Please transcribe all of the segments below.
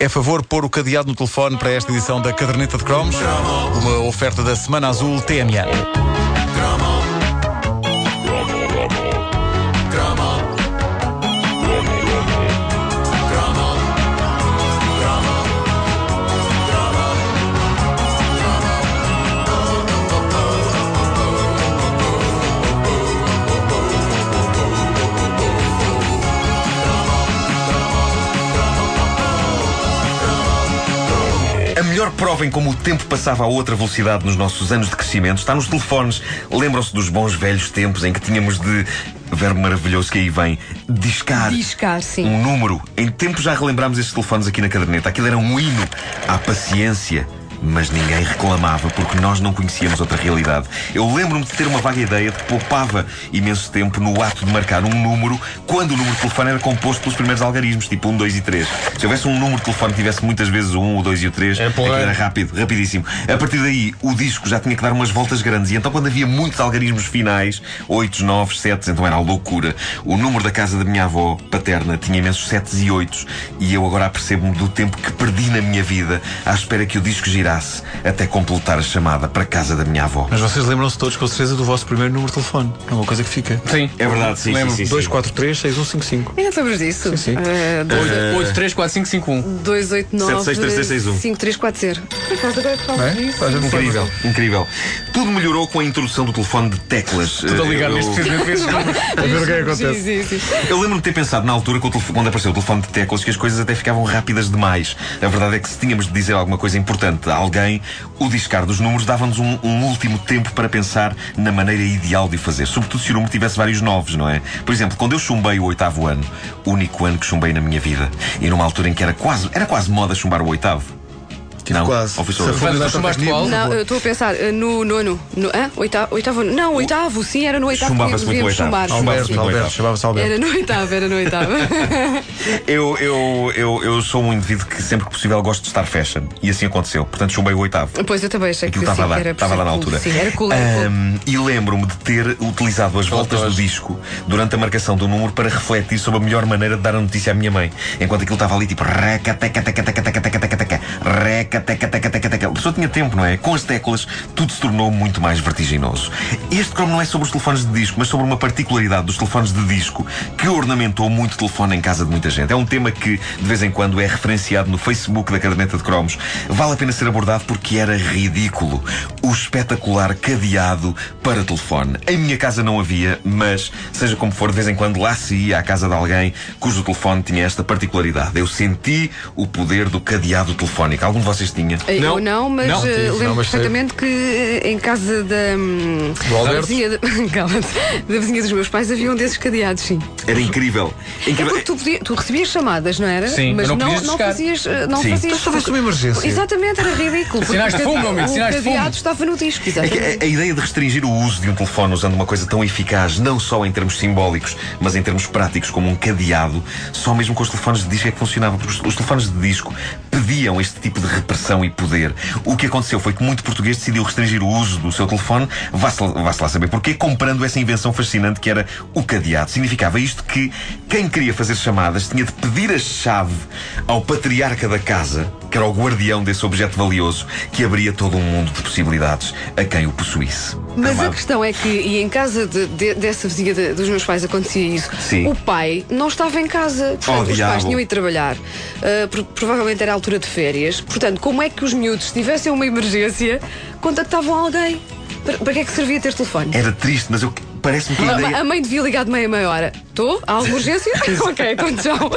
É favor pôr o cadeado no telefone para esta edição da Caderneta de Cromos, uma oferta da Semana Azul TMA. A melhor prova em como o tempo passava a outra velocidade nos nossos anos de crescimento está nos telefones. Lembram-se dos bons velhos tempos em que tínhamos de. Verbo maravilhoso que aí vem. Discar. Discar, sim. Um número. Em tempo já relembrámos esses telefones aqui na caderneta. Aquilo era um hino à paciência. Mas ninguém reclamava porque nós não conhecíamos outra realidade. Eu lembro-me de ter uma vaga ideia de que poupava imenso tempo no ato de marcar um número quando o número de telefone era composto pelos primeiros algarismos, tipo 1, 2 e 3. Se houvesse um número de telefone que tivesse muitas vezes um, o 1, o 2 e o 3, É porra. aquilo era rápido, rapidíssimo. A partir daí, o disco já tinha que dar umas voltas grandes. E então, quando havia muitos algarismos finais, 8, 9, 7, então era a loucura. O número da casa da minha avó paterna tinha imensos 7 e 8. E eu agora apercebo-me do tempo que perdi na minha vida à espera que o disco girasse até completar a chamada para a casa da minha avó. Mas vocês lembram-se todos, com certeza, do vosso primeiro número de telefone. É uma coisa que fica. Sim. É verdade, sim, Lembro, sim, sim, sim. 243-6155. Ainda te lembras disso? Sim, sim. Eh, 8, 3, 4, 5, 5, 1. 289 76361. 5340. Por acaso agora É, que falas nisso. um Incrível, incrível. Tudo melhorou com a introdução do telefone de teclas. Estou a Eh, ligar eu- neste presidente vezes. A ver o que é que acontece. Sim, sim, sim. Eu lembro-me de ter pensado na altura, que o telefone- quando apareceu o telefone de teclas, que as coisas até ficavam rápidas demais. A verdade é que se tínhamos de dizer alguma coisa importante a alguém, o discar dos números dava-nos um, um último tempo para pensar na maneira ideal de o fazer. Sobretudo se o número tivesse vários novos, não é? Por exemplo, quando eu chumbei o oitavo ano, o único ano que chumbei na minha vida, e numa altura em que era quase, era quase moda chumbar o oitavo. Não, quase. ou fui só eu? Safou. Fernando, chumbaste qual? Não, eu estou a pensar eh, no nono. No, hã? Oitavo, oitavo? Não, oitavo, sim, era no oitavo que Chumbava-se muito o devíamos oitavo. chumbar. Chumbava-se sim. muito o oitavo. Alberto, chamava-se Alberto. Era no oitavo, era no oitavo. Eu, eu, eu, eu sou um indivíduo que sempre que possível gosto de estar fashion. E assim aconteceu. Portanto, chumbei o oitavo. pois eu também achei que Aquilo sim, estava a que dar, era estava a dar na cool, altura. Sim, era cool, era cool. Ahm, e lembro-me de ter utilizado as voltas do Voltas. disco durante a marcação do número para refletir sobre a melhor maneira de dar a notícia à minha mãe. Enquanto aquilo estava ali tipo reca, teca, teca, teca, teca, teca, teca, teca, reca, teca, teca, teca, teca. A pessoa tinha tempo, não é? Com as teclas, tudo se tornou muito mais vertiginoso. Este cromo não é sobre os telefones de disco, mas sobre uma particularidade dos telefones de disco que ornamentou muito o telefone em casa de muita gente. É um tema que, de vez em quando, é referenciado no Facebook da Caderneta de Cromos. Vale a pena ser abordado porque era ridículo. O espetacular cadeado para telefone. Em minha casa não havia, mas, seja como for, de vez em quando lá se ia à casa de alguém cujo telefone tinha esta particularidade. Eu senti o poder do cadeado telefónico. Algum de vocês tinha? Eh, Não. Eu não, mas Não, eh, sim, lembro não, mas sei. perfeitamente que eh, em casa da, hum, da Alberto? vizinha de- Cala-te. da vizinha dos meus pais havia um desses cadeados, sim. Era incrível. É Incrível. porque tu, podia- tu recebias chamadas, não era? Sim, mas mas não não, podias não discar. fazias. eh, Não Sim. fazias Mas talvez porque- uma emergência. Exatamente, era ridículo. porque Sinais de o fumo, cade- amigo, sinais de O cadeado fumo. estava no disco, É que exatamente. a, a ideia de restringir o uso de um telefone usando uma coisa tão eficaz, não só em termos simbólicos, mas em termos práticos, como um cadeado, só mesmo com os telefones de disco é que funcionava, porque os, os telefones de disco pediam este tipo de repressão e poder. O que aconteceu foi que muito português decidiu restringir o uso do seu telefone, vá-se lá- vá-se lá saber porquê, comprando essa invenção fascinante que era o cadeado. Significava isto que quem queria fazer chamadas tinha de pedir a chave ao patriarca da casa, que era o guardião desse objeto valioso, que abria todo um mundo de possibilidades a quem o possuísse. Mas a Amado. questão é que, e em casa de- de- dessa vizinha de- dos meus pais acontecia isso. Sim. Oh, O pai não estava em casa. Portanto, os pais diabo. tinham ido trabalhar. Ah, pro- provavelmente era a altura de férias. Portanto, como é que os miúdos, se tivessem uma emergência, contactavam alguém? Para, para que é que servia ter telefone? Era triste, mas eu parece-me que a A- ideia. A mãe devia ligar de meia a meia hora. Estou? Há alguma urgência? ok, então tchau.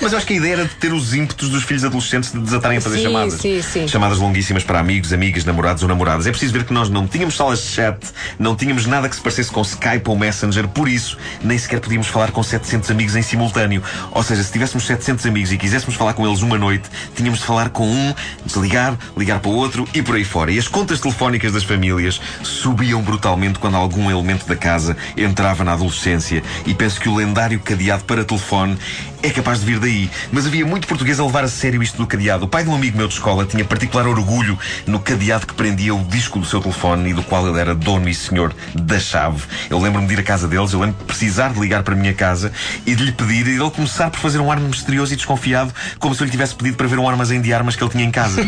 Mas eu acho que a ideia era de ter os ímpetos dos filhos adolescentes de desatarem a fazer Sim, chamadas. sim, sim. Chamadas longuíssimas para amigos, amigas, namorados ou namoradas. É preciso ver que nós não tínhamos salas de chat, não tínhamos nada que se parecesse com Skype ou Messenger, por isso nem sequer podíamos falar com 700 amigos em simultâneo. Ou seja, se tivéssemos 700 amigos e quiséssemos falar com eles uma noite, tínhamos de falar com um, desligar, ligar para o outro e por aí fora. E as contas telefónicas das famílias subiam brutalmente quando algum elemento da casa entrava na adolescência. E penso que o do lendário cadeado para telefone é capaz de vir daí. Mas havia muito português a levar a sério isto do cadeado. O pai de um amigo meu de escola tinha particular orgulho no cadeado que prendia o disco do seu telefone e do qual ele era dono e senhor da chave. Eu lembro-me de ir à casa deles, eu lembro-me de precisar de ligar para a minha casa e de lhe pedir e ele começar por fazer um ar misterioso e desconfiado, como se eu lhe tivesse pedido para ver um armazém de armas que ele tinha em casa.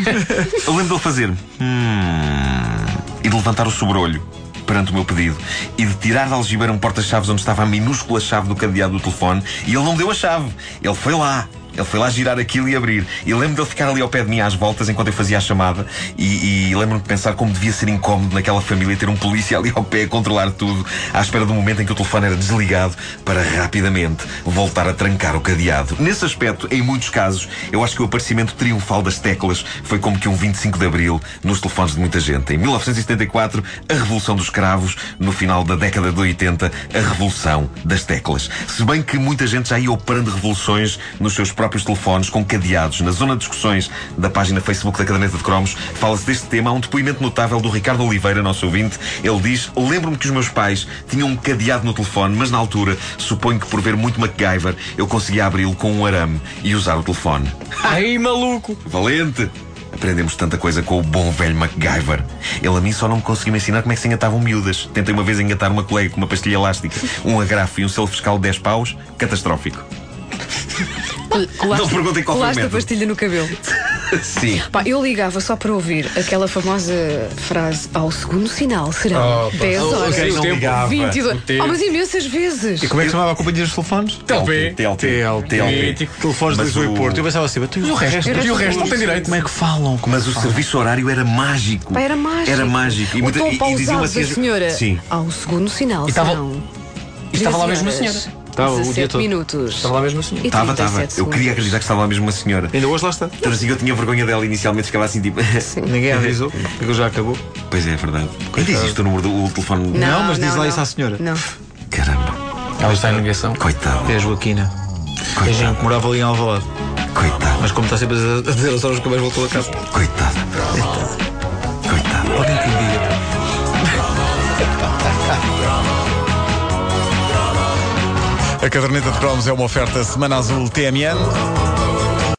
eu lembro dele fazer. "Hum", e de levantar o sobreolho perante o meu pedido e de tirar da algibeira um porta-chaves onde estava a minúscula chave do cadeado do telefone e ele não me deu a chave. Ele foi lá. Ele foi lá girar aquilo e abrir. E lembro-me dele ficar ali ao pé de mim às voltas enquanto eu fazia a chamada. E, e lembro-me de pensar como devia ser incómodo naquela família ter um polícia ali ao pé a controlar tudo, à espera do momento em que o telefone era desligado para rapidamente voltar a trancar o cadeado. Nesse aspecto, em muitos casos, eu acho que o aparecimento triunfal das teclas foi como que um 25 de Abril nos telefones de muita gente. Em 1974, a Revolução dos Cravos. No final da década de 80, a Revolução das Teclas. Se bem que muita gente já ia operando revoluções nos seus próprios telefones com cadeados. Na zona de discussões da página Facebook da Caderneta de Cromos, fala-se deste tema. Há um depoimento notável do Ricardo Oliveira, nosso ouvinte. Ele diz: Lembro-me que os meus pais tinham um cadeado no telefone, mas na altura, suponho que por ver muito MacGyver, eu conseguia abri-lo com um arame e usar o telefone. Ai, maluco! Valente! Aprendemos tanta coisa com o bom velho MacGyver. Ele a mim só não me conseguiu ensinar como é que se engatavam miúdas. Tentei uma vez engatar uma colega com uma pastilha elástica, um agrafo e um selo fiscal de 10 paus. Catastrófico. Colaste, Não perguntem qual foi o colaste a método. pastilha no cabelo. Sim. Pá, eu ligava só para ouvir aquela famosa frase ao segundo sinal serão Oh, pá. 10 Oh, horas ok, não ligava. 22. O tempo. Ah, mas imensas vezes. E como é que chamava a companhia dos telefones? TLP. TLP. TLP. Telefones de Mas Lisboa o- e Porto. Eu pensava assim, mas tu e o resto? E o resto não tem direito. Como é que falam? Como é Mas que o falam? serviço horário era mágico. Pá, era mágico. Era mágico. E, o muita- tom pausado da as- senhora Sim. ao segundo sinal E estava- serão E estava lá mesmo a 13 senhora. horas, Estava o dia 17 todo. minutos. Estava lá mesmo assim. E Estava, 37 estava. Eu segundos. queria acreditar que estava lá mesmo uma senhora. Ainda hoje lá está. Então assim, eu tinha vergonha dela inicialmente, ficava assim tipo. Ninguém avisou. Aquilo já acabou. Pois é, é verdade. E diz isto o número do o telefone. Não, mas diz lá isso à senhora. Não. Caramba. Ela está em negação. Coitado. É a Joaquina. A Coitado. gente morava ali em Alvalade. Coitado. Mas como está sempre a dizer as horas que mais voltou a casa. Coitada. Coitada. Alguém que me diga. A caderneta de cromos é uma oferta Semana Azul TMN.